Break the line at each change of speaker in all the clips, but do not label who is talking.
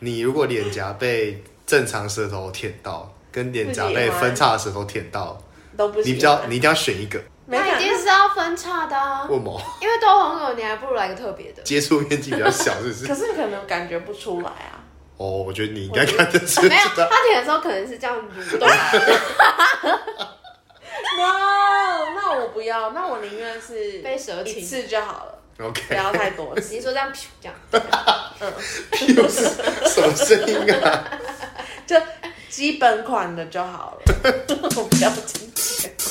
你如果脸颊被正常舌头舔到，跟脸颊被分叉舌头舔到，
都不
你
行。
比较你一定要选一个，
没
那
感
一定是要分叉的啊，
为什么？
因为都很恶，你还不如来个特别 的。
接触面积比较小，是不 是
可？是你可能感觉不出来啊。
哦，我觉得你应该看得出
没有，
来。
他舔的时候可能是这样 蠕动，
No，那我不要，那我宁愿是
被蛇
一
亲
次就好了，不
OK，
要太多次。
你 说这样噗这样，
又是什么声音啊？
就基本款的就好了， 我不要精简。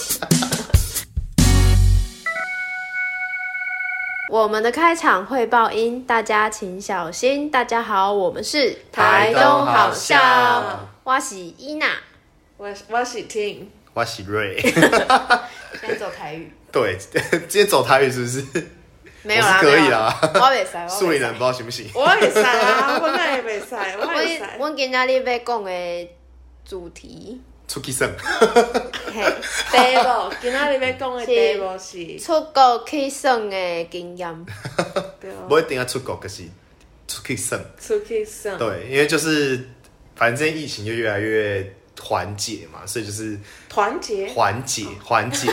我们的开场汇报音，大家请小心。大家好，我们是
台东好笑
哇喜伊娜，
我我喜听，
我喜瑞，
现在走台语
对， 今天走台语是不 是？
没有啦，
我是可以
没有
啦
我未塞，我
素
未
人
使
人不知道行不行？
我也塞啊，我那也没塞，我也塞。
我我今仔日要讲的主题，
出去胜，
哦
嘿，
table，今仔日要讲的
是
table 是，
出国去耍的经验，
对
不一定要出国，可是出去胜。
出去耍，
对，因为就是反正疫情就越来越缓解嘛，所以就是
团结，
缓解缓解。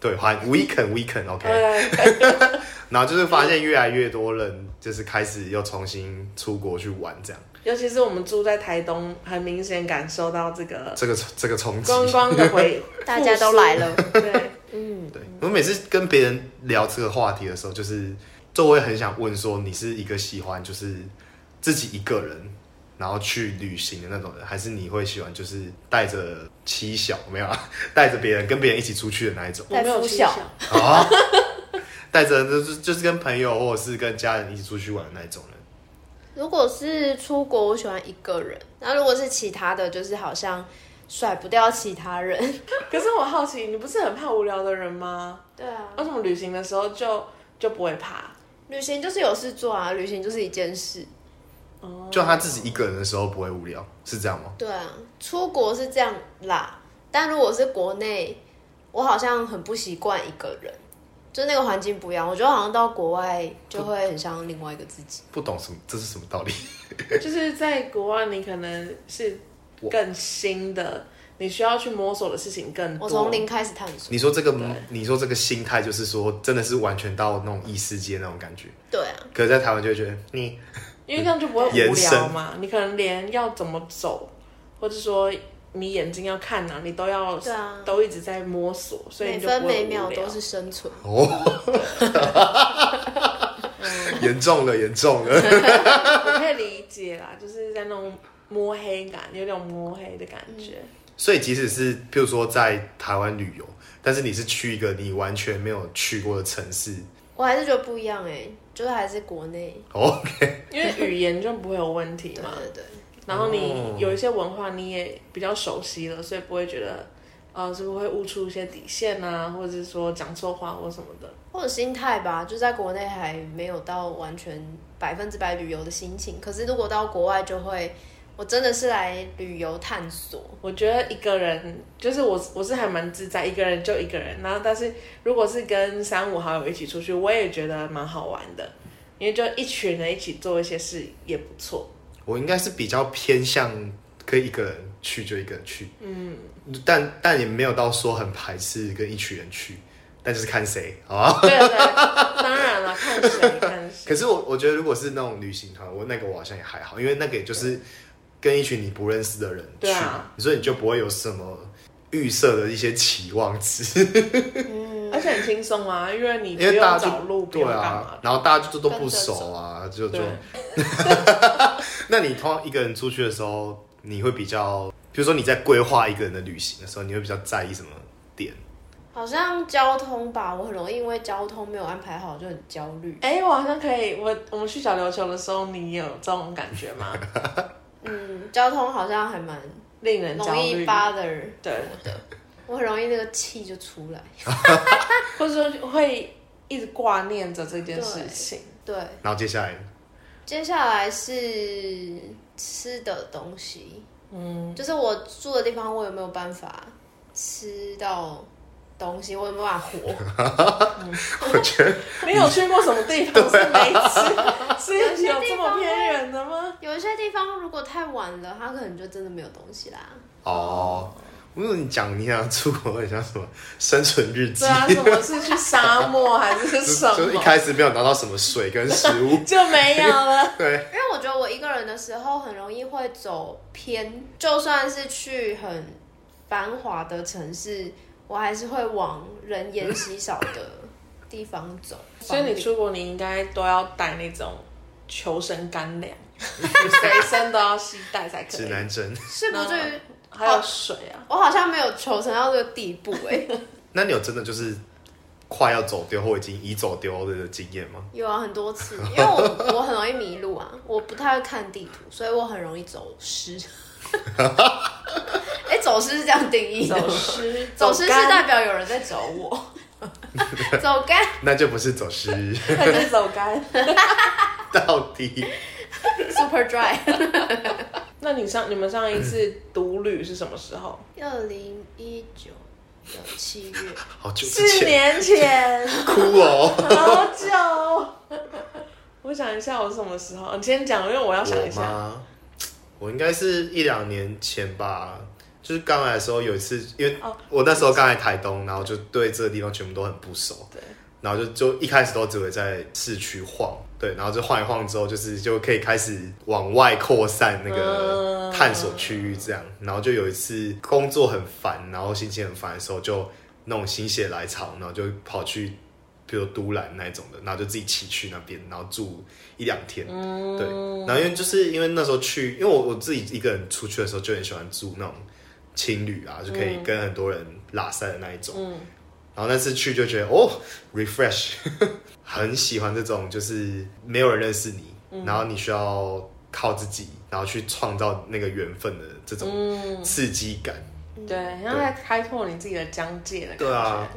对，缓 weaken weaken OK，、
呃，
然后就是发现越来越多人就是开始又重新出国去玩，这样
尤其是我们住在台东，很明显感受到这个
这个这个冲击。
观光的 回，
大家都来了，
复苏，对，
嗯，
对我每次跟别人聊这个话题的时候，就是就会很想问说，你是一个喜欢就是自己一个人然后去旅行的那种人，还是你会喜欢就是带着妻小没有啊， 带着别人跟别人一起出去的那一种
我没有
在
去
拂晓
想
啊？带着就是就是跟朋友或者是跟家人一起出去玩的那一种人，
如果是出国，我喜欢一个人；那如果是其他的，就是好像甩不掉其他人。
可是我好奇，你不是很怕无聊的人吗？
对啊，
为什么旅行的时候就就不会怕？
旅行就是有事做啊，旅行就是一件事。
哦，
就他自己一个人的时候不会无聊，是这样吗？
对啊，出国是这样啦，但如果是国内，我好像很不习惯一个人，就那个环境不一样。我觉得好像到国外就会很像另外一个自 己。
不懂什么这是什么道理？
就是在国外，你可能是
我
更新的，你需要去摸索的事情更多。
我从零开始探索。
你说这个你说这个心态就是说真的是完全到那种异世界那种感觉。
对啊，
可是在台湾就会觉得你
因为这样就不会无
延
聊
伸
嘛。你可能连要怎么走，或者说你眼睛要看哪、你都要、
对啊
都一直在摸索，所以
每
你就不会
分每秒
无聊
都是生存。
哦，严重了，严重了。
我可以理解啦，就是在那种摸黑感，有点摸黑的感觉。
嗯
所以即使是譬如说在台湾旅游，但是你是去一个你完全没有去过的城市
我还是觉得不一样哎、就是还是国内。
哦，
因为语言就不会有问题
对
嘛，
对对。
然后你
哦
有一些文化你也比较熟悉了，所以不会觉得，呃，是不是会悟出一些底线啊，或者是说讲错话或什么的。
或者心态吧，就在国内还没有到完全百分之百旅游的心情，可是如果到国外就会，我真的是来旅游探索，
我觉得一个人就是我，我是还蛮自在，一个人就一个人。然后，但是如果是跟三五好友一起出去，我也觉得蛮好玩的，因为就一群人一起做一些事也不错。
我应该是比较偏向可以一个人去就一个人去，嗯，但但也没有到说很排斥跟一群人去，但就是看谁好 啊。
对对，当然了，看谁看谁。
可是我我觉得如果是那种旅行团，我那个我好像也还好，因为那个也就是跟一群你不认识的人去，
嗯对啊
所以你就不会有什么预设的一些期望值。
而且很轻松啊，因为你不
因为
用
大家
找
就
路，不
对
用干嘛
啊，，然后大家就都不熟啊，就就
对。。
那你通常一个人出去的时候，你会比较，比如说你在规划一个人的旅行的时候，你会比较在意什么点？
好像交通吧，我很容易因为交通没有安排好就很焦虑。
哎、我好像可以，我我们去小琉球的时候，你有这种感觉 吗？
嗯，交通好像还蛮
令人焦
容易
虑。
巴的人，
对，
我很容易那个气就出来。
或者说会一直挂念着这件事情。
对，
然后接下来，
接下来是吃的东西，
嗯，
就是我住的地方，我有没有办法吃到东西，我有没有办法活？
我觉得
没有去过什么地 方是没
啊
吃，是有这么偏远的吗？
有一些地方如果太晚了，它可能就真的没有东西啦。
哦，我为你讲你想出国，很像什么生存日 记，
对啊，什么是去沙漠还是
就
什
就是一
么？，
开始没有拿到什么水跟食物
就没有 了。
对，
因为我觉得我一个人的时候很容易会走偏，就算是去很繁华的城市，我还是会往人烟稀少的地方走。
所以你出国，你应该都要带那种求生干 粮，随身都要携带才可
指
以。
南针。
是不至于，
还有水啊，
我好像没有求成到这个地步哎、
那你有真的就是快要走丢或已经已走丢的经验吗？
有啊，很多次，因为我我很容易迷路啊，我不太会看地图，所以我很容易走失。 哎、走失是这样定义的吗
走失，
哦走失是
干
代表有人在找我，走干。
那就不是走失，
那就走干。
到底
Super Dry，
那你上你们上一次独旅是什么时候？
二零一九的七月，
好久之
四
前
年前，
哭哦。
好久哦。我想一下，我是什么时候？你先讲，因为我要想一
我
下。
吗？我应该是一两年前吧，就是刚来的时候有一次，因为
哦
我那时候刚来台东，然后就对这个地方全部都很不熟，
对，
然后就就一开始都只会在市区晃，对，然后就晃一晃之后，就是就可以开始往外扩散那个
嗯
探索区域这样。然后就有一次工作很烦，然后心情很烦的时候，就那种心血来潮，然后就跑去。比如都兰那种的，然后就自己骑去那边，然后住一两天，对。然后因为就是因为那时候去，因为我我自己一个人出去的时候就很喜欢住那种情侣啊，就可以跟很多人拉塞的那一种。
嗯
然后那次去就觉得哦，refresh，很喜欢这种就是没有人认识你，
嗯
然后你需要靠自己，然后去创造那个缘分的这种
嗯，
刺激感。
对，然后还开拓你自己的疆界的感觉。
对啊，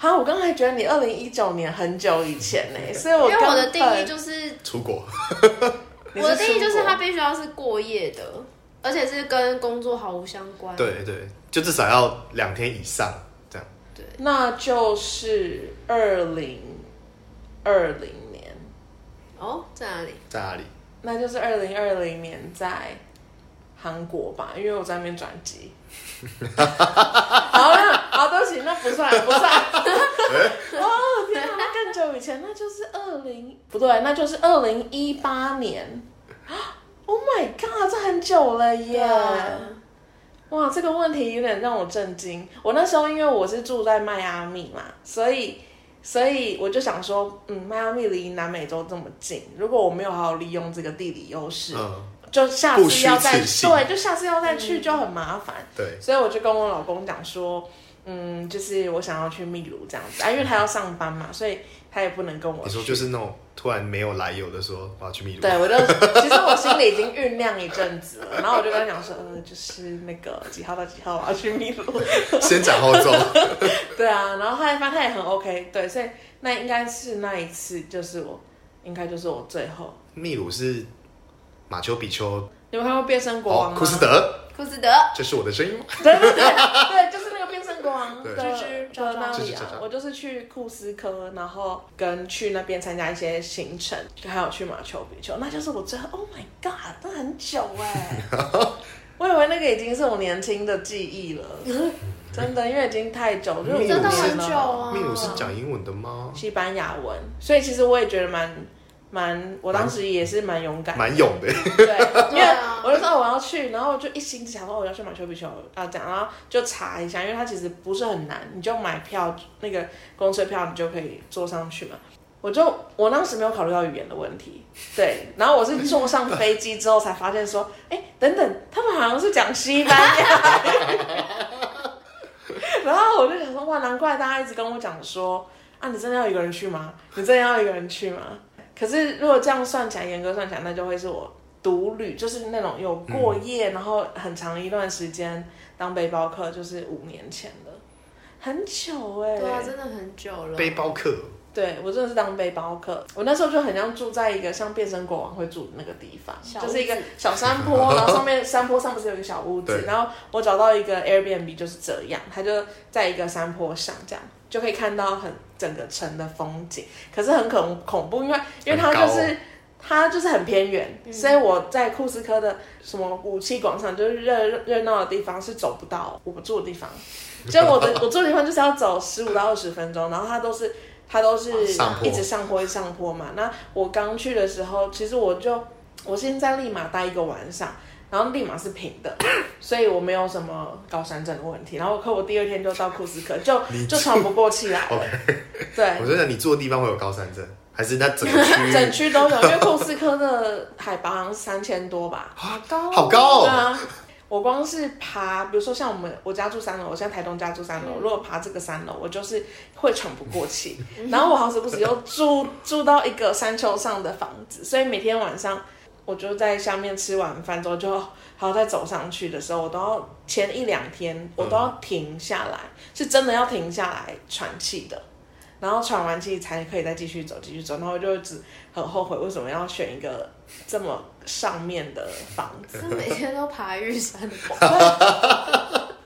好，我刚才觉得你二零一九年很久以前呢、所以嗯我
因为我的
根本
定义就是，
出国
嗯你
我的定义就是
出国
它必须要是过夜的，而且是跟工作毫无相关。
对对，就至少要两天以上这样。
对，
那就是二零二零年，
哦，在哪里？
在哪里？
那就是二零二零年在韩国吧，因为我在那边转机。好了，好，对不起，那不算，不算。 哦，天哪，那更久以前，那就是二零，不对，那就是二零一八年。Oh my god，这很久了耶！
啊
哇，这个问题有点让我震惊。我那时候因为我是住在迈阿密嘛，所以所以我就想说，嗯，迈阿密离南美洲这么近，如果我没有好好利用这个地理优势，
嗯，
就下
不
次
虚
要再
此行
对，就下次要再去就很麻烦。
对，
所以我就跟我老公讲说，嗯，就是我想要去秘鲁这样子啊，因为他要上班嘛，所以他也不能跟我
你
去。
说就是那种突然没有来由的说我要去秘鲁，
对，我就其实我心里已经酝酿一阵子了，然后我就跟他讲说，呃，就是那个几号到几号我要去秘鲁，
先斩后奏。
对啊，然后后来发现他也很 OK，对，所以那应该是那一次，就是我应该就是我最后，
秘鲁是马丘比丘，
你们看过《变身国
哦，
王》吗？
库斯德，
库斯德，
这是我的声音吗？
对对对，对，就是那个变身国王
对
的
吱吱喳
的
喳
那
吱
里
吱喳
啊
喳，
我就是去库斯科，然后跟去那边参加一些行程，还有去马丘比丘，那就是我真的 Oh my God，那很久哎、 我以为那个已经是我年轻的记忆了，真的，因为已经太久，就是五
秘鲁
真的
是
年
很
了
久啊。
秘鲁是讲英文的吗？
西班牙文，所以其实我也觉得蛮蛮，我当时也是蛮勇敢的，
蛮勇的，
对，因
对
为
啊
我就说我要去，然后我就一心只想说我要去买丘比丘啊，这样，然后就查一下，因为它其实不是很难，你就买票那个公车票，你就可以坐上去嘛。我就我当时没有考虑到语言的问题，对，然后我是坐上飞机之后才发现说，哎、等等，他们好像是讲西班牙 语，然后我就想说，哇，难怪大家一直跟我讲说，啊，你真的要一个人去吗？你真的要一个人去吗？可是如果这样算起来，严格算起来，那就会是我独旅，就是那种有过夜，然后很长一段时间当背包客，就是五年前了，很久哎、
啊对啊，真的很久了。
背包客，
对我真的是当背包客，我那时候就很像住在一个像变身国王会住的那个地方，
小
就是一个
屋子
小山坡， 然后上面山坡上不是有一个小屋子
对，
然后我找到一个 Airbnb 就是这样，它就在一个山坡上这样。就可以看到很整个城的风景，可是很恐恐怖，因为因为它
很高哦
就是、它就是很偏远，
嗯
所以我在库斯科的什么武器广场，就是热热闹的地方是走不到我住的地方，就我的 我住的地方就是要走十五到二十分钟，然后它都是它都是
哦上坡
一直上坡一直上坡嘛。那我刚去的时候，其实我就我先在利马待一个晚上，然后利马是平 的，所以我没有什么高山症的问题。然后可我第二天就到库斯科，就就喘不过气 来了。对，
我在想你住的地方会有高山症，还是那整个区
整
域
区都有，因为库斯科的海拔好像三千多吧。
啊
好高、哦，
好高
对
哦？
啊，我光是爬，比如说像我们我家住三楼，我现在台东家住三楼，如果爬这个三楼，我就是会喘不过气。然后我好死不死又住住到一个山丘上的房子，所以每天晚上我就在下面吃完饭之后就，还要再走上去的时候，我都要前一两天我都要停下来，是真的要停下来喘气的。然后喘完气才可以再继续走，继续走。然后我就只很后悔为什么要选一个这么上面的房子。
他每天都爬玉山的峰，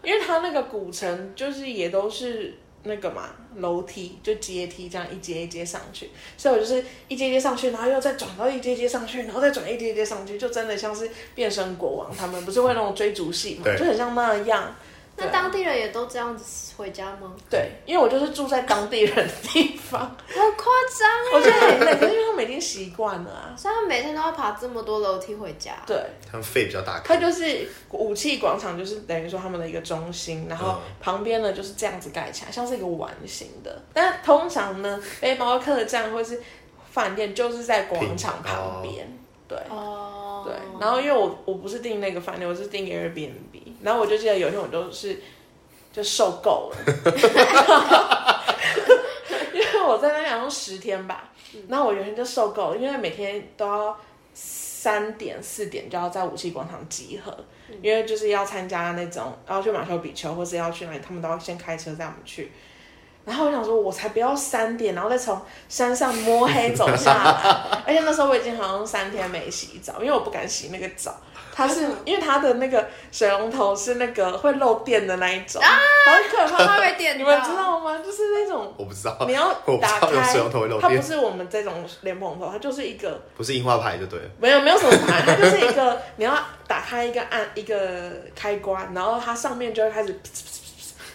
因为它那个古城就是也都是那个嘛楼梯，就阶梯这样一阶一阶上去，所以我就是一阶一阶上去，然后又再转到一阶一阶上去，然后再转一阶一阶上去，就真的像是变身国王他们不是会那种追逐戏嘛，
对
就很像那样。
那当地人也都这样子回家吗？
对，因为我就是住在当地人的地方，
好夸张
我觉得很累，可是因为他们已经习惯了啊。
所以他们每天都要爬这么多楼梯回家。
对，
他们肺比较大
它
颗，
就是武器广场，就是等于说他们的一个中心，然后旁边呢就是这样子盖起来，像是一个碗形的。但通常呢，背包客栈或是饭店就是在广场旁边，对。
哦，
对，然后因为我我不是订那个饭店，我是订 Airbnb，然后我就记得有一天我就是就受够了， 因为我在那边好像十天吧，然后我有一天就受够了，因为每天都要三点四点就要在武器广场集合，因为就是要参加那种要去马丘比丘或是要去哪里，他们都要先开车带我们去。然后我想说，我才不要三点，然后再从山上摸黑走下来。而且那时候我已经好像三天没洗澡，因为我不敢洗那个澡，它 是因为它的那个水龙头是那个会漏电的那一种，很可
他
怕。
会点，
啊你们知？道吗？就是那种
我不知道，
你要
我不知
打
道有
开
水龙头会漏，
它不
电，
是我们这种莲蓬头，它就是一个
不是樱花牌就对了。
没有没有什么牌，它就是一个你要打开一个按一个开关，然后它上面就会开始噗噗噗噗噗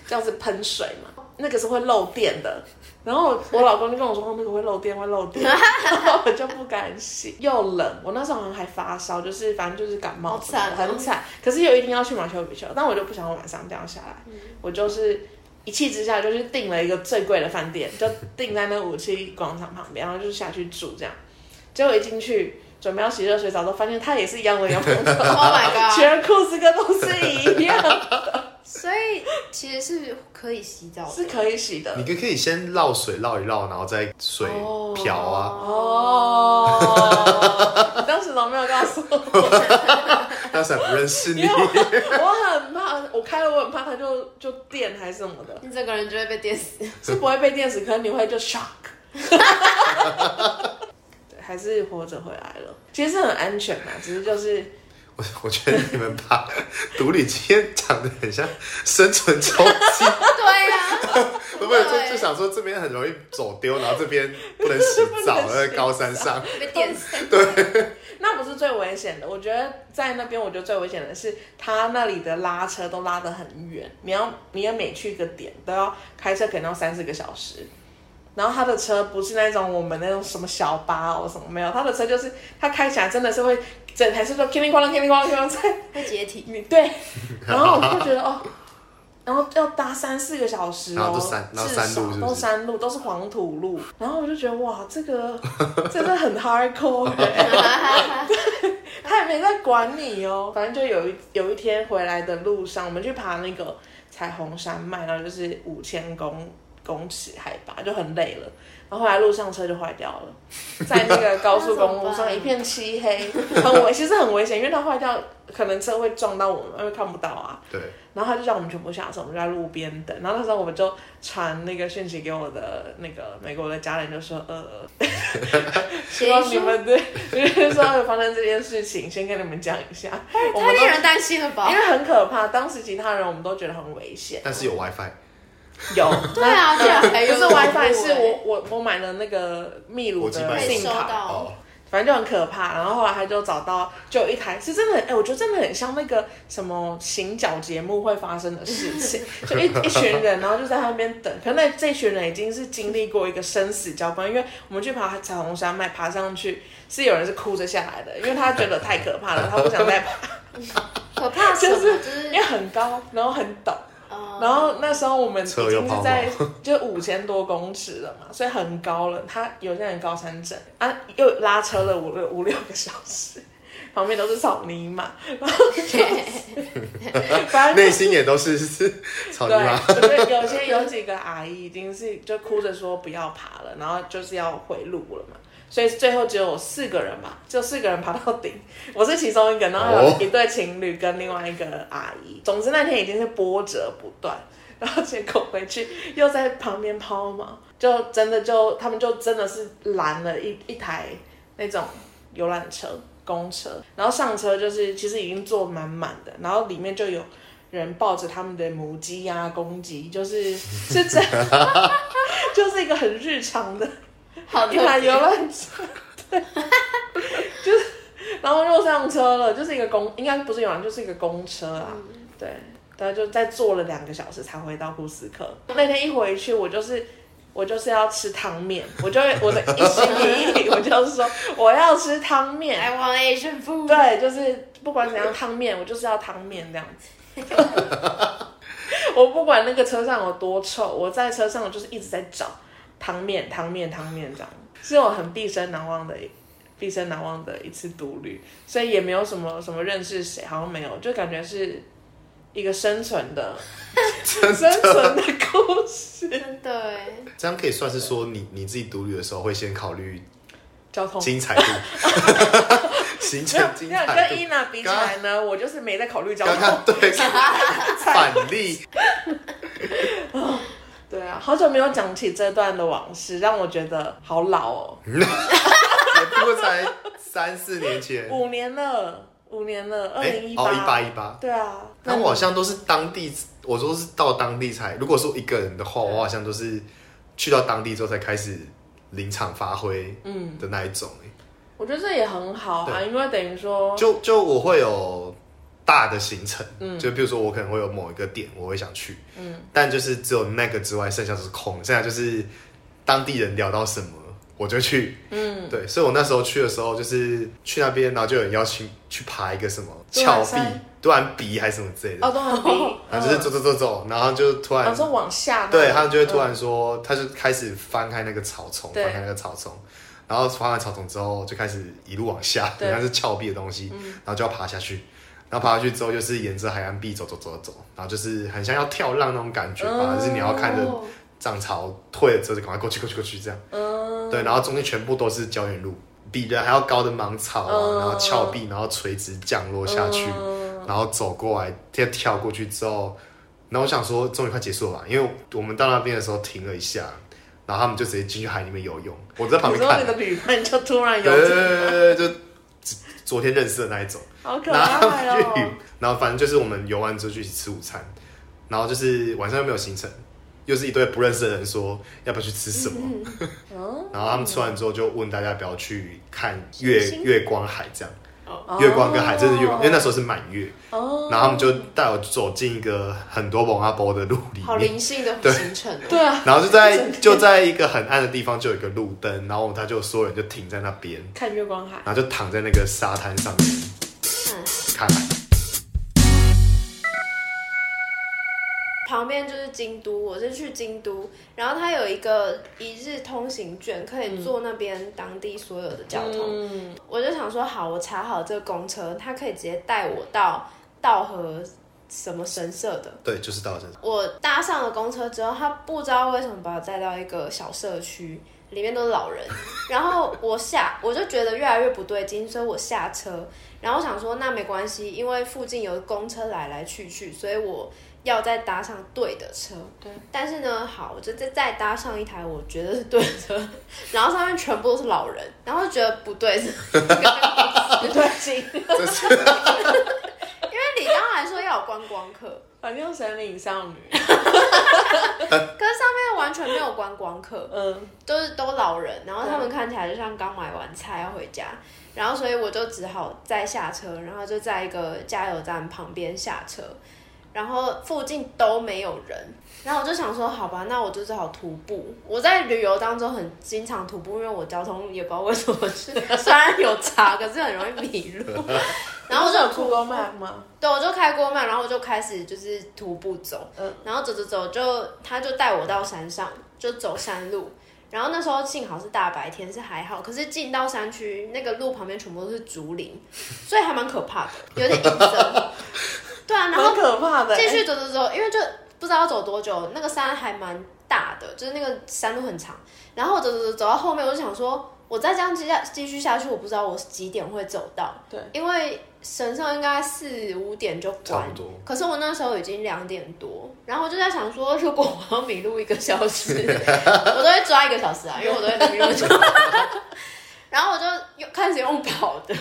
这样子喷水嘛，那个是会漏电的。然后我我老公就跟我说，哦那个会漏电，会漏电，然 后我就不敢洗，又冷，我那时候好像还发烧，就是反正就是感冒
好惨哦
很惨。可是有一天要去马丘比丘，但我就不想晚上这样下来，
嗯
我就是一气之下就是订了一个最贵的饭店，就订在那五七广场旁边，然后就下去住这样。结果一进去，准备要洗热水澡，都发现它也是一样的 有
Oh my god！
全库斯科都是一样，
所以其实是可以洗澡的，
是可以洗的
你。可可以先绕水绕一绕，然后再水漂啊。
哦，你当时怎么没有告诉我？
但是还不认识你
因为，我我很怕，我开了我很怕它就就电还是什么 的，
你整个人就会被电 死。
是不会被电死，可能你会就 shock。对，还是活着回来了，其实是很安全嘛，只是就是
我 我觉得你们把独旅经验讲的很像生存周 记，
对呀、
啊
会不会就
对
就想说这边很容易走丢，然后这边不能洗
不
澡，
能洗
在高山上，
被电死。
那不是最危险的，我觉得在那边，我觉得最危险的是他那里的拉车都拉得很远，你要你也每去一个点都要开车，可能要三四个小时。然后他的车不是那种我们那种什么小巴哦什么没有，他的车就是他开起来真的是会整台车都叮铃咣啷叮铃咣啷叮铃咣啷在
会解体。
你对， 然后我就觉得哦，然后要搭三四个小时哦，
然后都山然后
至
山路
少
是不是
都山路都是黄土路，然后我就觉得哇，这个 真的很 hardcore，欸、 他也没在管你哦。反正就有一有一天回来的路上，我们去爬那个彩虹山脉，然后就是五千公公尺海拔，就很累了。然后后来路上车就坏掉了，在那个高速公
那
路
怎么
上
办
一片漆黑，很危，其实很危险，因为它坏掉可能车会撞到我们，因为看不到啊。
对，
然后他就叫我们全部下车，我们就在路边等。然后那时候我们就传那个讯息给我的那个美国的家人，就说呃，希
谁
望你
说
们对，就是 说有发生这件事情，先跟你们讲一下。我
太
们都哎
令人担心了吧
因？为很可怕，当时其他人我们都觉得很危 险。
但是有 WiFi，
有，
对啊，这样还
不
有
是 WiFi，是我
我
我我买了那个秘鲁
国际
的
麦
欸信
欸收
卡，
到
哦，
反正就很可怕。然后后来他就找到，就有一台是真的很，哎、我觉得真的很像那个什么行脚节目会发生的 事情，就一一群人，然后就在那边等。可那这群人已经是经历过一个生死交关，因为我们去爬彩虹山脉，爬上去是有人是哭着下来的，因为他觉得太可怕了，他不想再 爬，
可怕什么？
就是
就是
因为很高，然后很陡。
呃
然后那时候我们已
车
经
又抛
是在就五千多公尺了嘛，所以很高了。他有些人高山症啊，又拉车了五六五六个小时，旁边都是草泥马， 反正
内心也都是 是草泥马，
对，就是有些有几个阿姨已经是就哭着说不要爬了，然后就是要回路了嘛。所以最后只有四个人吧，就四个人爬到顶，我是其中一个，然后还
哦
有一对情侣跟另外一个阿姨。总之那天已经是波折不断，然后结果回去又在旁边抛锚，就真的就他们就真的是拦了一一台那种游览车、公车，然后上车就是其实已经坐满满的，然后里面就有人抱着他们的母鸡呀、公鸡，就是是这， 就是一个很日常的
好
一台
特
游
别，
览车，对，就是然后又上车了，就是一个公，应该不是游览，就是一个公车啊，对，然后就再坐了两个小时才回到库斯克。那天一回去，我就是。我就是要吃汤面，我就会我的一心一意，我就是说我要吃汤面，
I want Asian food。
对，就是不管怎样汤面，我就是要汤面这样子。 我不管那个车上有多臭，我在车上我就是一直在找汤面、汤面、汤面这样，是我很毕生难忘的一毕生难忘的一次独旅，所以也没有什么什么认识谁，好像没有，就感觉是一个生存的生存 的故事。
真的哎，
这样可以算是说你你自己独旅的时候会先考虑
交通
精彩度， 行
没有
程精
没有
彩
跟
度，
伊娜比起来呢，我就是没在考虑交
刚
通
刚。 对反例，
对啊，好久没有讲起这段的往事，让我觉得好老哦，
也不过才三四年前，
五年了，五年了，二零
哎
一，
哦，一八
八，
一八，
对啊，
那我好像都是当地，我都是到当地才。如果说一个人的话，
对
我好像都是去到当地之后才开始临场发挥
嗯，
的那一种、欸
我觉得这也很好啊，
对
因为等于说，
就就我会有大的行程，
嗯
就比如说我可能会有某一个点我会想去，
嗯，
但就是只有那个之外，剩下都是空的，剩下就是当地人聊到什么。我就去，
嗯，
对，所以我那时候去的时候，就是去那边，然后就有人邀请去爬一个什么
杜
峭
兰
壁
啊山、
突然鼻还是什么之类的，
哦，都很 低，
然后就是走走走走，然后就突然
哦，是往下，
对他们就会突
嗯，
然说，他就开始翻开那个草丛，
对
翻开那个草丛，然后翻完草丛之后，就开始一路往下，
对嗯
它是峭壁的东西，然后就要爬下去，然后爬下去之后，就是沿着海岸壁走走走走，然后就是很像要跳浪那种感觉吧，
嗯
就是你要看着
哦
涨潮退了之后就赶快过去过去过去这样，
嗯，
对，然后中间全部都是胶原路，比人还要高的芒草啊，
嗯
然后峭壁，然后垂直降落下去，
嗯
然后走过来，再跳过去之后，然后我想说终于快结束了吧，因为我们到那边的时候停了一下，然后他们就直接进去海里面游泳，我在旁
你
边
说
看
你，的旅伴就突 然
对
有
对
这个，
对对对，就昨天认识的那一种，
好可
然后
爱
他们去
哦
游，，然后反正就是我们游完之后就一起吃午餐，然后就是晚上又没有行程，又是一堆不认识的人说要不要去吃什么，
嗯，
然后他们吃完之后就问大家要不要去看月
星星
月光海这样，
哦
月光跟海真的是月光，因为那时候是满月。
哦，
然后他们就带我走进一个很多蒙阿波的路里
好
面，
灵性的
对
行程哦。
对啊，
然后就 在就在一个很暗的地方就有一个路灯，然后他就所有人就停在那边，
看月光 海，
然后就躺在那个沙滩上面
嗯
看海。
旁边就是京都，我是去京都，然后它有一个一日通行券，可以坐那边当地所有的交通。
嗯，
我就想说，好，我查好这个公车，它可以直接带我到道和什么神社的。
对，就是到这。
我搭上了公车之后，他不知道为什么把我带到一个小社区，里面都是老人。然后我下我就觉得越来越不对劲，所以我下车，然后想说那没关系，因为附近有公车来来去去，所以我要再搭上对的车。
对。
但是呢，好，我就再再搭上一台我觉得是对的车，然后上面全部都是老人，然后就觉得不对 劲，
不对劲。
这是
因为你刚才说要有观光客，
反正神隐少女，
可是上面完全没有观光客，
嗯，
都是都老人，然后他们看起来就像刚买完菜要回家，然后所以我就只好再下车，然后就在一个加油站旁边下车，然后附近都没有人，然后我就想说，好吧，那我就只好徒步。我在旅游当中很经常徒步，因为我交通也不知道为什么是， 虽然有查，可是很容易迷路，然后我
不是有
就
Google Map 吗？
对，我就开锅嘛，然后我就开始就是徒步走，
嗯
然后走走走就他就带我到山上，就走山路。然后那时候幸好是大白天，是还好，可是进到山区那个路旁边全部都是竹林，所以还蛮可怕的，有点阴森。 对啊，然后
蛮可怕的欸、
继续走走走，因为就不知道要走多久，那个山还蛮大的，就是那个山路很长。然后我走走走走到后面，我就想说，我再这样继下继续下去，我不知道我几点会走到。
对，
因为神社应该四五点就
差
关
不，多。
可是我那时候已经两点多，然后我就在想说，如果我要迷路一个小时， 我都会抓一个小时啊，因为我都会迷路 就。然后我就又开始用跑的，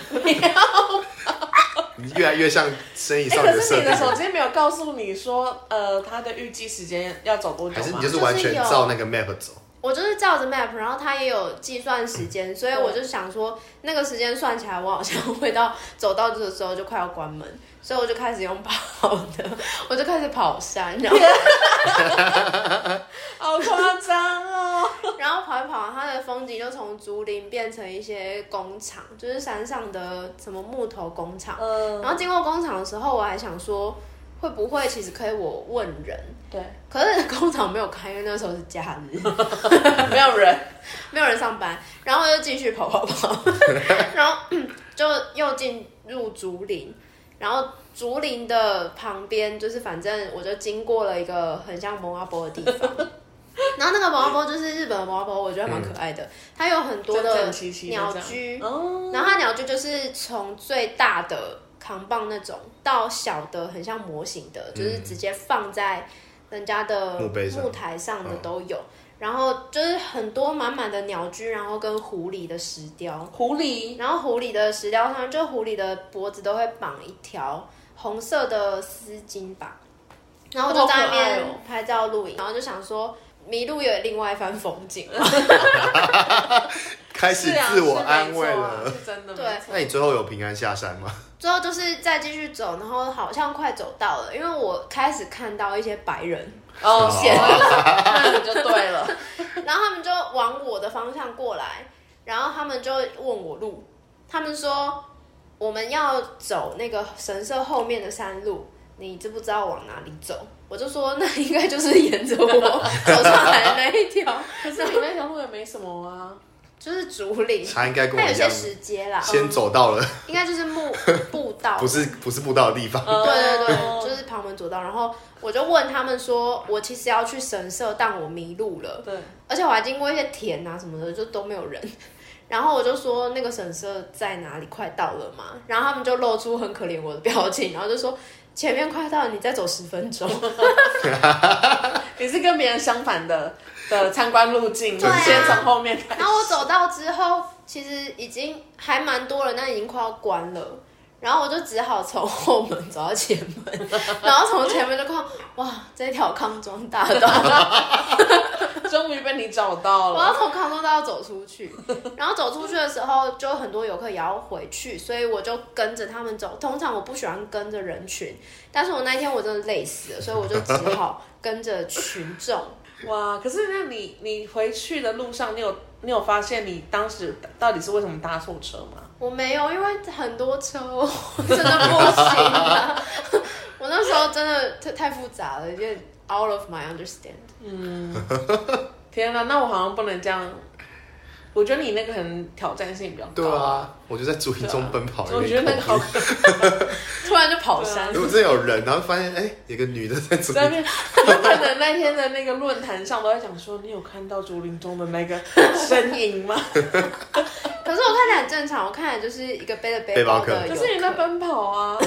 你越来越像生意
哎、
上
可
设
是你的手
定，
机没有告诉你说，呃，它的预计时间要走多久
还是
吗
你？就是完全
就是有
照那个 map 走？
我就是照着 map，然后它也有计算时间，所以我就想说，那个时间算起来，我好像会到走到这个时候就快要关门，所以我就开始用跑的，我就开始跑山，然后
好夸张哦！
然后跑一跑，它的风景就从竹林变成一些工厂，就是山上的什么木头工厂。
嗯，
然后经过工厂的时候，我还想说，会不会其实可以我问人？
对，
可是工厂没有开，因为那时候是假日，
没有人，
没有人上班。然后就继续跑跑跑， 然后嗯就又进入竹林，然后竹林的旁边就是反正我就经过了一个很像蒙阿波的地方。 然后那个蒙阿波就是日本的蒙阿波，我觉得还蛮可爱的。它有很多
整
的
整齐齐的
鸟
这样
居，
哦，
然后它鸟居就是从最大的扛棒那种到小的很像模型的，就是直接放在人家的
嗯墓碑上嗯
木台上的都有。然后就是很多满满的鸟居，然后跟狐狸的石雕，
狐狸，
然后狐狸的石雕上，就狐狸的脖子都会绑一条红色的丝巾吧。然后我就在那
好可爱
边
哦
拍照录影，然后就想说迷路有另外一番风景。
开始
是啊
自我安慰，
是
了。
没错啊是真的，
对
没错
那你最后有平安下山吗？
最后就是再继续走，然后好像快走到了，因为我开始看到一些白人，
哦，
是
显了，那你就对了，
然后他们就往我的方向过来，然后他们就问我路，他们说我们要走那个神社后面的山路，你知不知道往哪里走？我就说那应该就是沿着我走上来的那一条，
可是你那条路也没什么啊，
就是竹林，
他应该跟
它
我
有
一
些
样，
石 阶啦，哦
先走到了
应该就是木步道，
不是不是步道的地方，
嗯
对对对， 就是旁门左道。然后我就问他们说，我其实要去神社，但我迷路了，
对，
而且我还经过一些田啊什么的，就都没有人。 然后我就说那个神社在哪里？快到了嘛？然后他们就露出很可怜我的表情，然后就说前面快到了，你再走十分钟。
你是跟别人相反的的参观路径，
对啊
先从后面开始
然，后我走到之后，其实已经还蛮多人，但已经快要关了。然后我就只好从后门走到前门， 然后从前门就看，哇，这条康庄大道。
终于被你找到
我
了，
要从康庄大道走出去， 然后走出去的时候，就很多游客也要回去，所以我就跟着他们走。通常我不喜欢跟着人群，但是我那一天我真的累死了，所以我就只好跟着群众。
哇！可是那你你回去的路上，你有你有发现你当时到底是为什么搭错车吗？
我没有，因为很多车，我 真的不行、啊。 我那时候真的太太复杂了，有点 out of my understand。
天哪，那我好像不能这样。我觉得你那个可能挑战性比较
啊对，
高。
啊，我就在竹林中奔跑而已，
我觉得那个好可怕，
突然就跑 山
如。果真有人，然后发现哎、有个女的在走，
在那边，有可能那天的那个论坛上都在讲说，你有看到竹林中的那个身 影吗？
可是我看起来很正常，我看起来就是一个背着
背包
包
客
的游客。
可是你在奔跑啊，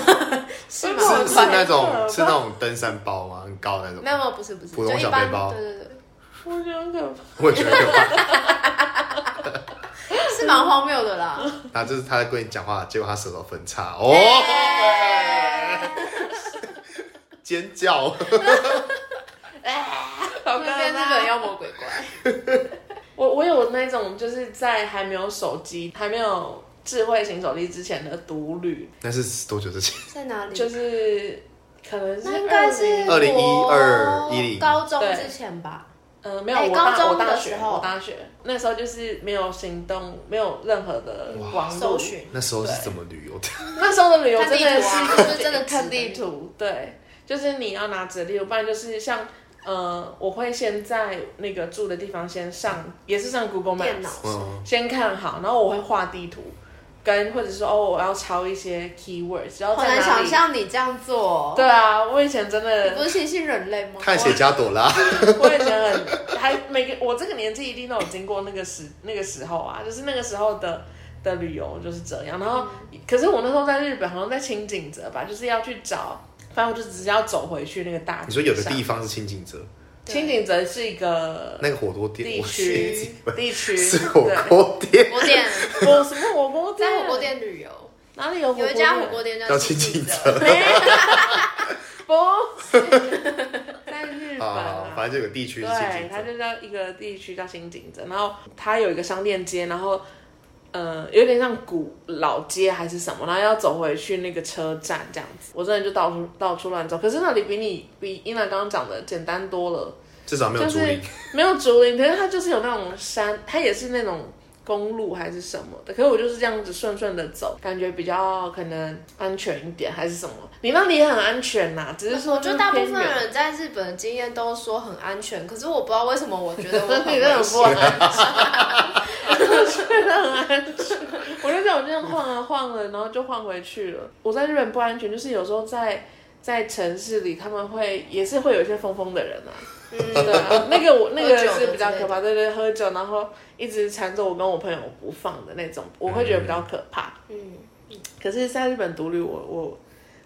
不
是吗？
是
我
是
看
那种
到了
是那 种登山包吗？很高的那种？
没有没有，不是不是，
普通
就一
小
般
背包
对对对，
我觉得很可怕。
我也觉得可怕。
是蛮荒谬的啦。
然后就是他在跟你讲话，结果他舌头分叉， 哦，尖叫。
好
那
尴
边日
尬
本妖魔鬼怪，
我我有那种就是在还没有手机、还没有智慧型手机之前的独旅，
那是多久之前？
在哪里？
就是可能是
嗯那应该是
20
2012
我
10
高中之前吧。
呃没有
哎
我大
高中
我大
的
学
时候
我大学那时候就是没有行动，没有任何的网络
搜。寻
那时候是怎么旅游的？
那时候的旅游真的
看
是
地图啊就是真的
看
指
地图，对，就是你要拿纸的地图，不然就是像呃，我会先在那个住的地方先上，也是上 Google
电脑
Maps，
嗯，
先看好，然后我会画地图，跟或者是哦，我要抄一些 keywords，然后
好
在
难
哪
想
里？
象你这样做哦。
对啊，我以前真
你不
的，
是星星人类吗？
探险家朵拉，
我以前很还每个我这个年纪一定都有经过那个时那个时候啊，就是那个时候的的旅游就是这样。然后，
嗯
可是我那时候在日本，好像在清景泽吧，就是要去找，反正我就只是要走回去那个大。
你说有个地，方是清景泽，
清
对
景泽是一个
那个火锅店，
地
我是
区地区，
是火
对，
锅店，
火锅 店，
我什么火锅店？
在火锅店旅游，
哪里有火锅
啊有一
店？
家火锅店叫
要
清
清
景
景
泽，
泽
不是，在日本
啊，
啊。
反正就有个地区是清
对
景，
它
泽。
就叫一个地区叫新景泽，然后它有一个商店街，然后呃有点像古老街还是什么，然后要走回去那个车站这样子。我真的就到处到处乱走，可是那里比你比英兰刚刚讲的简单多了，
至少没有
就
竹
是
林，
没有竹林，可是它就是有那种山，它也是那种公路还是什么的。可是我就是这样子顺顺的走，感觉比较可能安全一点还是什么。你那里也很安全呐、只是说
我觉得大部
偏
分
远。
人在日本的经验都说很安全，可是我不知道为什么，我 觉得我很
你那
危
很 不
险。
安全，很安全。 我就这样，我这样晃啊晃了，然后就晃回去了。我在日本不安全，就是有时候在在城市里，他们会也是会有一些疯疯的人啊。
嗯
对啊，那个我那个是比较可怕，对对，喝酒然后一直缠着我跟我朋友不放的那种，我会觉得比较可怕。
嗯，
可是在日本独立我，我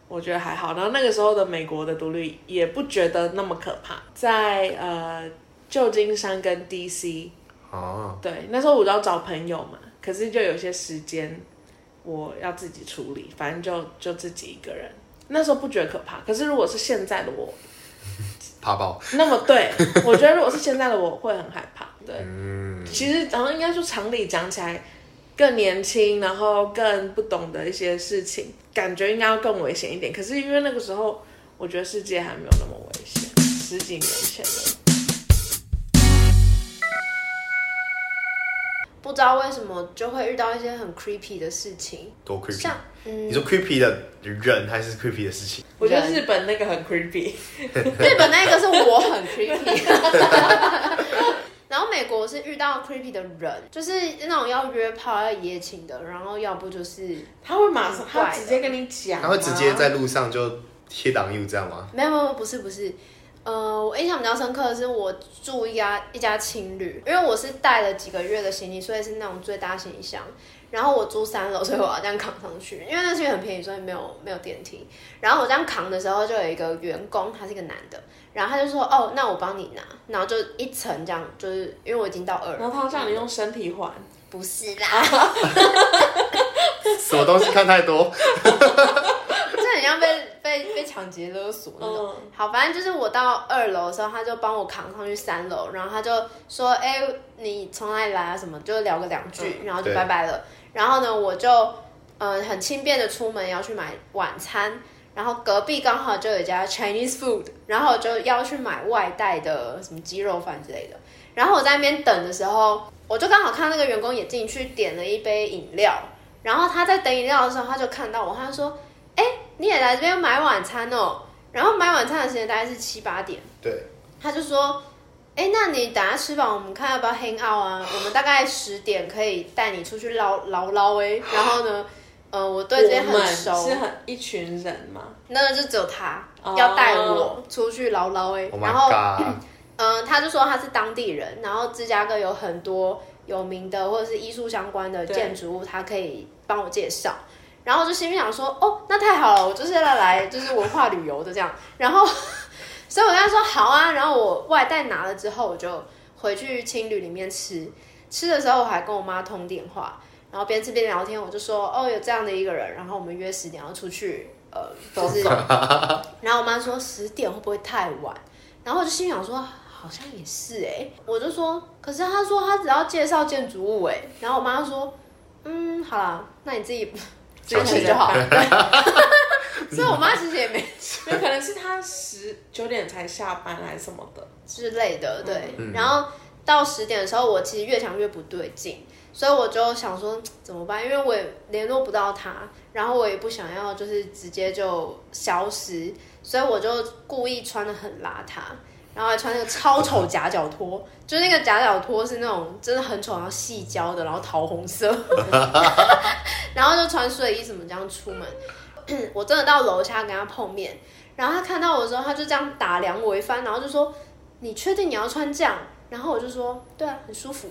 我觉得还好。然后那个时候的美国的独立也不觉得那么可怕，在呃旧金山跟 DC，
哦，
对，那时候我都要找朋友嘛，可是就有些时间我要自己处理，反正就就自己一个人。那时候不觉得可怕，可是如果是现在的我，
怕爆，
那么对我觉得如果是现在的我会很害怕。对，
嗯，
其实然后应该说常理讲起来，更年轻，然后更不懂得一些事情，感觉应该要更危险一点。可是因为那个时候，我觉得世界还没有那么危险，十几年前了。
不知道为什么就会遇到一些很 creepy 的事情，
多 creepy
像。嗯
你，说 creepy 的人还是 creepy 的事情？
我觉得日本那个很 creepy，
日本那个是我很 creepy，然后美国我是遇到 creepy 的人，就是那种要约炮、要一夜情的，然后要不就是
他会马上，
很
他
怪
会直接跟你讲、啊
他会直接。在路上就 hit on you 这样 吗？
没有没有不是不是，呃，我印象比较深刻的是我住一家一家情侣，因为我是带了几个月的行李，所以是那种最大行李箱。然后我住三楼，所以我要这样扛上去，因为那区很便宜，所以没有没有电梯。然后我这样扛的时候，就有一个员工，他是个男的，然后他就说：“哦，那我帮你拿。”然后就一层这样，就是因为我已经到二
然
了，
后他叫你用身体还，
不是啦，
什么东西看太 多？
这很像被被被抢劫勒索那
嗯，
种。好，反正就是我到二楼的时候，他就帮我扛上去三楼，然后他就说：“哎、你从哪里来啊？什么？”就聊个两句，然后就
对
拜拜了。然后呢，我就嗯、呃很轻便的出门要去买晚餐，然后隔壁刚好就有一家 Chinese food，然后我就要去买外带的什么鸡肉饭之类的。然后我在那边等的时候，我就刚好看到那个员工也进去点了一杯饮料，然后他在等饮料的时候，他就看到我，他就说：“哎、你也来这边买晚餐哦。”然后买晚餐的时间大概是七八点，
对，
他就说：“哎，那你等下吃饱，我们看要不要 hang out 啊？我们大概十点可以带你出去捞捞捞哎。”然后呢，呃，我对这边
我
很
们
熟
是，很一群人嘛，
那就只有他
哦
要带我出去捞捞哎，
Oh
然后
my god！
嗯，他就说他是当地人，然后芝加哥有很多有名的或者是艺术相关的
对
建筑物，他可以帮我介绍。然后就心里想说，哦，那太好了，我就是要来就是文化旅游的这样。然后， 所以我跟他说好啊。然后我外带拿了之后，我就回去青旅里面吃。吃的时候我还跟我妈通电话，然后边吃边聊天，我就说哦有这样的一个人，然后我们约十点要出去，呃，就是，然后我妈说十点会不会太晚？然后我就心想说，好像也是哎、我就说，可是他说他只要介绍建筑物哎、然后我妈说，嗯，好啦，那你自己 自己
想起
去
来
就好。所以我妈其实也没
有可能是他十九点才下班还是什么的，
之类的，对。
嗯
然后到十点的时候，我其实越想越不对劲，所以我就想说嘖怎么办，因为我也联络不到他，然后我也不想要就是直接就消失，所以我就故意穿的很邋遢。然后还穿那个超丑夹脚拖，就是那个夹脚拖是那种真的很丑，然后细胶的，然后桃红 色，然后就穿睡衣什么这样出门。我真的到楼下跟他碰面，然后他看到我的时候，他就这样打量我一番，然后就说：“你确定你要穿这样？然后我就说，对啊，很舒 服。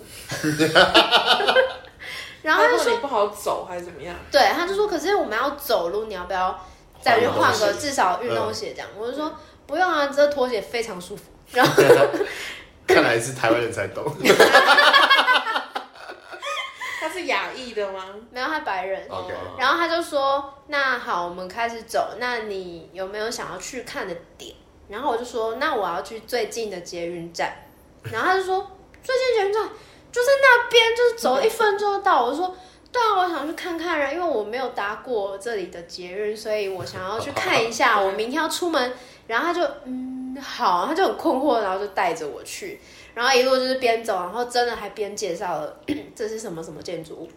然后他就
说
说，
你不好走还是怎么样，
对，他就说，可是我们要走路，你要不要 再去换 个嗯至少运动鞋这样？我就说不用啊，这拖鞋非常舒服。然后
看来是台湾人才懂。
他是亚裔的吗？
没有他白人，
OK，
嗯
然后他就说：“那好，我们开始走。那你有没有想要去看的点？”然后我就说：“那我要去最近的捷运站。”然后他就说：“最近捷运站就在那边，就是走一分钟就到。”我说：“对啊，我想去看看啊，因为我没有搭过这里的捷运，所以我想要去看一下。我明天要出门。”然后他就嗯好，他就很困惑，然后就带着我去，然后一路就是边走，然后真的还边介绍了这是什么什么建筑物。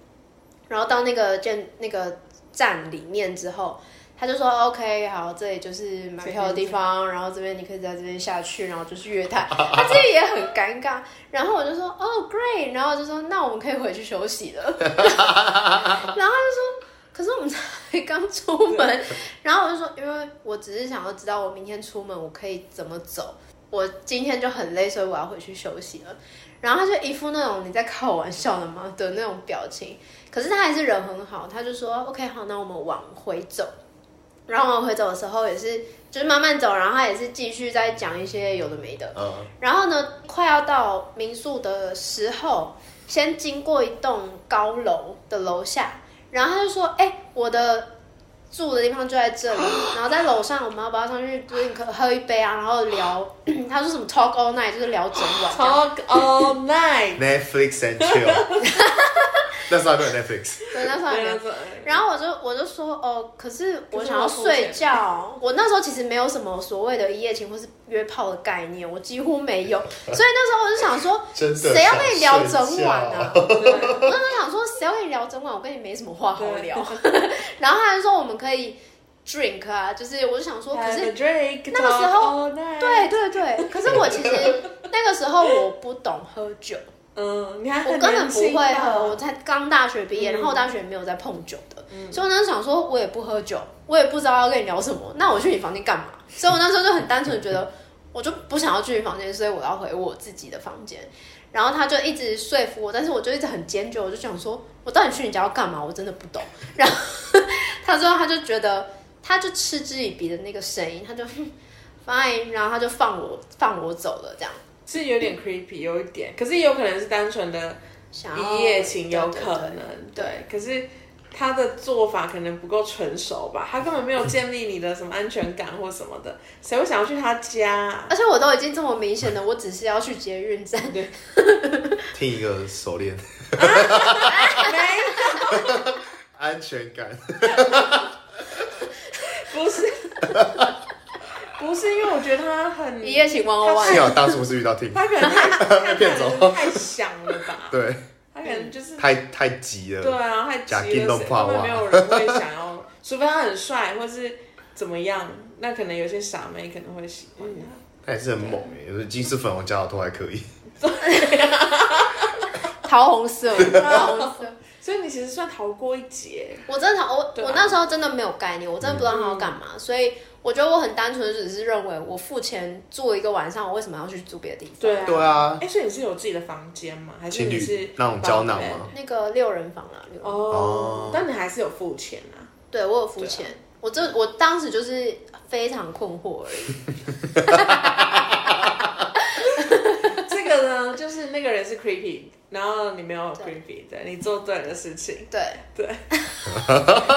然后到那个建那个站里面之后，他就说 OK，好，这里就是买票的地方，然后这边你可以在这边下去，然后就是月台，他自己也很尴尬。然后我就说哦、great，然后我就说那我们可以回去休息了。 然后他就说。可是我们才刚出门，然后我就说，因为我只是想要知道我明天出门我可以怎么走。我今天就很累，所以我要回去休息了。然后他就一副那种你在开我玩笑的吗的那种表情，可是他还是人很好，他就说 OK 好，那我们往回走。然后往回走的时候也是就是慢慢走，然后他也是继续在讲一些有的没的。
嗯，
然后呢，快要到民宿的时候，先经过一栋高楼的楼下，然后他就说：“哎、我的住的地方就在这里。”然后在楼上，我们要不要上去就是喝喝一杯啊？然后聊， 他说什么 talk all night，就是聊整晚这
Talk
样。
all night，
Netflix and chill。那 时候还没有 Netflix，
对，那时候还没有
对对
然后我就我就说哦，可是我想要
可是我要付
睡觉。 我那时候其实没有什么所谓的一夜情或是约炮的概念，我几乎没有。所以那时候我就想说，
真的
谁要跟你聊整晚啊？我
对对对
那时候想说，谁要跟你聊整晚？我跟你没什么话好
对
聊。 然后他就说我们可以 drink 啊，就是我就想说，可是
Have a drink，
那个时候
talk all night
对对对，可是我其实那个时候我不懂喝酒。
嗯，你还
我
很
根本
年
不
轻
会
吧嗯
喝，我才刚大学毕业，然后我大学没有在碰酒的，所以我那时候想说，我也不喝酒，我也不知道要跟你聊什么，那我去你房间干嘛？ 所以我那时候就很单纯地觉得，我就不想要去你房间，所以我要回我自己的房间。然后他就一直说服我，但是我就一直很坚决，我就想说，我到底去你家要干嘛？我真的不懂。 然后他说，他就觉得，他就嗤之以鼻的那个声音，他就 fine，然后他就 放我放我走了，这样。
是有点 creepy，有一点，可是也有可能是单纯的
想要
一夜情，有
对
可
对对
能对。可是他的做法可能不够成熟吧，他根本没有建立你的什么安全感或什么的，谁会想要去他家啊、
而且我都已经这么明 显的，我只是要去捷运站。
听一个熟练，
没
安全 感。
有，不是，不是，因为我觉得他很，
一夜情玩玩
幸
玩，
好当初不是遇到听，
他可能太他可能
骗走
太想了吧，
对，
他可能就是
太太急
对
了。
啊，太
假
急
金
了，
都
谁
怕
根本
哇
没有人会想要，除非他很帅或是怎么样，那可能有些傻妹可能会喜欢他。
他也是很猛诶，有时金丝粉红加小拖还可以。
桃红色，桃红色，
所以你其实算逃过一劫。
我真的我、
对啊嗯
我那时候真的没有概念，我真的不知道他要干嘛，所以我觉得我很单纯，只是认为我付钱住一个晚上，我为什么要去住别的地方？
对啊，
对啊，
哎，所以你是有自己的房间吗？还是
情
你
侣
是
那种胶囊吗？
那个六人房啦，六人房
哦
哦，但你还是有付钱啊。
对我有付钱，我这我当时就是非常困惑而 已。
这个呢，就是那个人是 creepy，然后你没有 creepy，对你做对的事情，
对，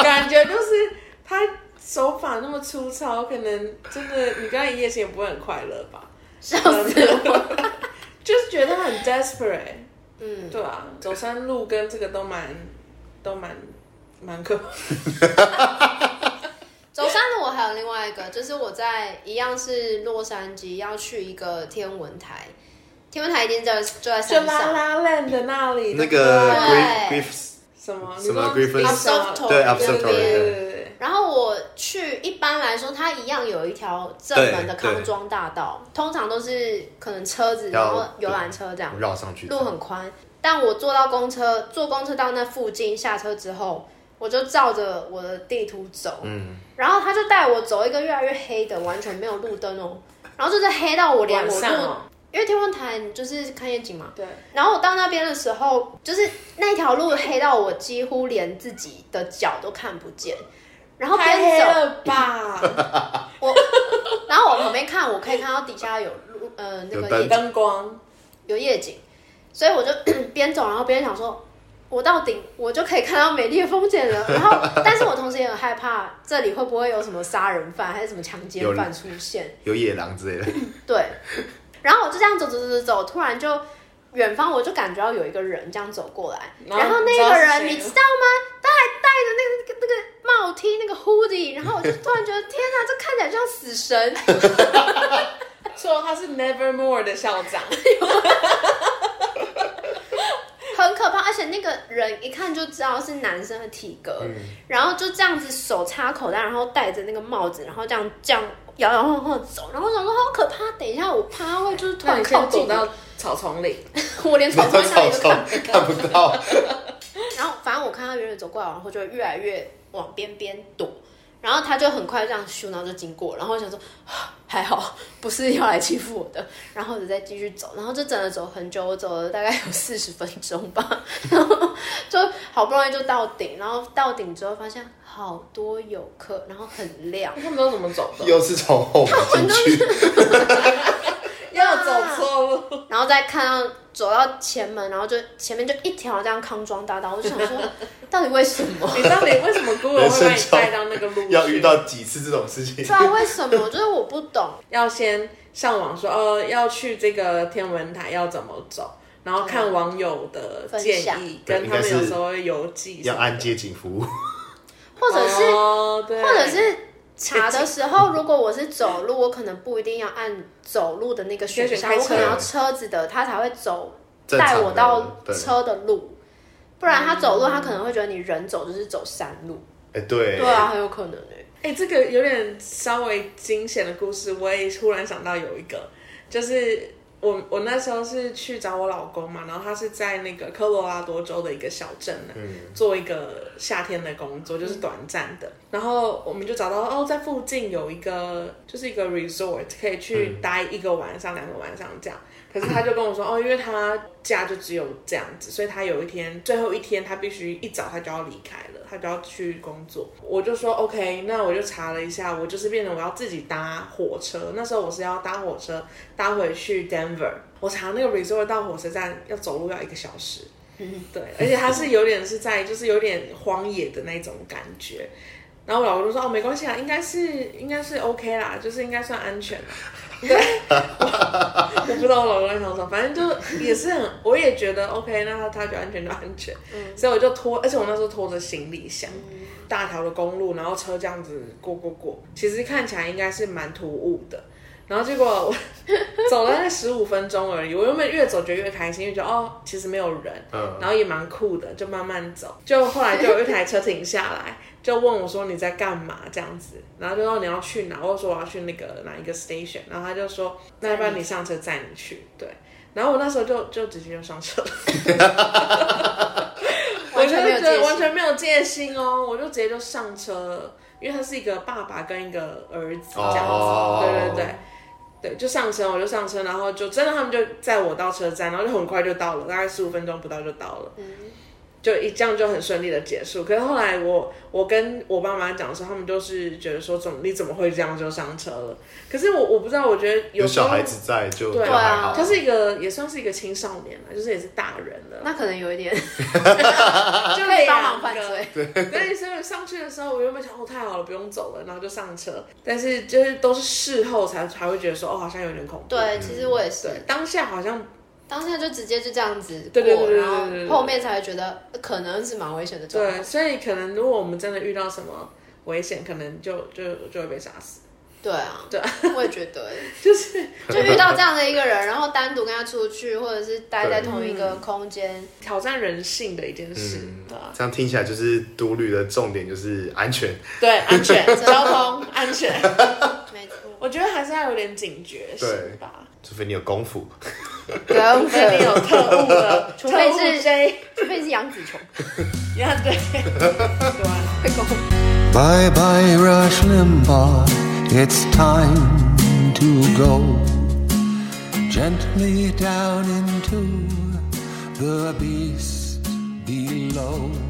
感觉就是他手法那么粗糙，可能真的你跟他一夜情也不会很快乐吧？
笑死我。
就是觉得他很 desperate，
嗯，
对啊，走山路跟这个都蛮都蛮蛮可怕。
走山路我还有另外一个，就是我在一样是洛杉矶要去一个天文台，天文台一定在就在
就
山
拉
上。
拉链的那里，
那个
对不对
Griff
啊
欸对
Griff
什么
什么 Griffin-
你说
对
对
Absorptor
对
Absorptor，
对对
对
对对
然后我去，一般来说，它一样有一条正门的
对对
康庄大道，通常都是可能车子，
要
然后游览车这样。
绕上去，
路很宽，但我坐到公车，坐公车到那附近下车之后，我就照着我的地图走，
嗯，
然后他就带我走一个越来越黑的，完全没有路灯哦，然后就是黑到我连
晚
我
上
路，
哦，
因为天文台你就是看夜景嘛，
对，
然后我到那边的时候，就是那条路黑到我几乎连自己的脚都看不见，然后
太
边
黑
走，
了吧？
然后我旁边看，我可以看到底下有路，呃，那
有
个
灯
夜景。
灯光，
有夜景，所以我就 边走，然后边想说，我到顶我就可以看到美丽的风景了。然后， 但是我同时也很害怕，这里会不会有什么杀人犯还是什么强奸犯出现？
有野狼之类的，
对。 然后我就这样走走走走走，突然就远方我就感觉到有一个人这样走过来，
然
然
后
后
啊你知道
那个
是
人
谁
你
吗
知道吗？他还戴着那个那个那个帽 T 那个 hoodie，然后我就突然觉得天哪，这看起来像死神。
说他是 Nevermore 的校 长，
很可怕，而且那个人一看就知道是男生的体格，
嗯
然后就这样子手插口袋，然后戴着那个帽子，然后这样这样摇摇晃晃地走，然后我想说好可怕，等一下我怕他会就是突
那
然
你
靠
先
近
走
我，
到草丛里，
我连草丛那
草
里都
丛
看不
看不 到，
然后反正我看他远远走过来，然后就越来越往边边躲，然后他就很快这样咻，然后就经过，然后我想说 啊还好不是要来欺负我的，然后我就再继续走，然后就真的走很久，我走了大概有四十分钟吧，然后就好不容易就到顶，然后到顶之后发现好多游客，然后很亮，
他们都怎么走的？
又是从后门进去，
要走错路，
然后再看到走到前门，然后就前面就一条这样康庄大道，我就想说 到底为什 么？
你到底为什么 Google 会把你带到那个路去？
要遇到几次这种事情
不知，道啊为什么，就是我不懂。
要先上网说，呃，要去这个天文台要怎么走，然后看网友的建
分
议，
享
跟他们有时候会邮寄什
要
么的，
按街景服务，
或者是、
哦、对
或者是查的时候，如果我是走路，我可能不一定要按走路的那个选项，
先选开
我
车
可能要车子的，他才会走
正常
带
的
我到
对
车的路。不然他走路，他可能会觉得你人走就是走山路，
哎，对
对，啊，很有可能诶、
哎、这个有点稍微惊险的故事，我也忽然想到有一个，就是我我那时候是去找我老公嘛，然后他是在那个科罗拉多州的一个小镇呢，做一个夏天的工作，就是短暂的。然后我们就找到哦，在附近有一个就是一个 resort，可以去待一个晚上、两个晚上这样。可是他就跟我说，哦，因为他假就只有这样子，所以他有一天最后一天，他必须一早他就要离开了，他就要去工作。我就说 OK，那我就查了一下，我就是变成我要自己搭火车。那时候我是要搭火车搭回去 Denver，我查那个 resort 到火车站要走路要一个小时。对，而且它是有点是在就是有点荒野的那种感觉。然后我老公就说：“哦，没关系啊，应该是应该是 OK 啦，就是应该算安全啦。”对，我 我不知道我老公在想什么，反正就也是很，我也觉得 OK，那他他就安全就安全。所以我就拖，而且我那时候拖着行李箱，大条的公路，然后车这样子过过过，其实看起来应该是蛮突兀的。然后结果我 走了那十五分钟而已，我原本越走觉得越开心，因为觉得哦，其实没有人，
嗯，
然后也蛮酷的，就慢慢走。就后来就有一台车停下来，就问我说你在干嘛这样子，然后就说你要去哪，我就说我要去那个哪一个 station，然后他就说那要不然你上车载你去，对。然后我那时候就就直接就上车了，
完全没
对，
有戒
完
心
全没有戒心哦，我就直接就上车了，因为他是一个爸爸跟一个儿子这样子，
哦
对对对。对，就上车，我就上车，然后就真的他们就载我到车站，然后就很快就到了，大概十五分钟不到就到
嗯
了，就一这样就很顺利的结束。可是后来我我跟我爸妈讲的时候，他们就是觉得说怎么你怎么会这样就上车了？可是我我不知道，我觉得
有
时候
小孩子在就
对
就还好。
啊
他是一个也算是一个青少年了，就是也是大人了，
那可能有一点
就
可以
两
帮忙犯
个
罪。
啊 对，所以上去的时候，我原本想哦太好了，不用走了，然后就上车。但是就是都是事后才才会觉得说哦，好像有点恐怖。
对，其实我也是
对，，当下好像
当下就直接就这样子
对对对
过，
对对
然后
对对
后面才会觉得呃可能是蛮危险的状
对，
况。
所以可能如果我们真的遇到什么危险，可能就就就会被杀死。
对啊，
对，
我也觉得，
就是
就遇到这样的一个人，然后单独跟他出去，或者是待在同一个空间，
挑战人性的一件事，对啊
这样听起来就是独旅的重点就是安全，
对，安全，交通安全，
没错，
我觉得还是要有点警觉性
对
吧。
除非你有功夫。
嗯
啊
除非你有特务了，
除非
特务
是
J，
除非是杨紫琼，
你看对，对啊。
Bye bye, Rush Limbaugh. It's time to go gently down into the beast below.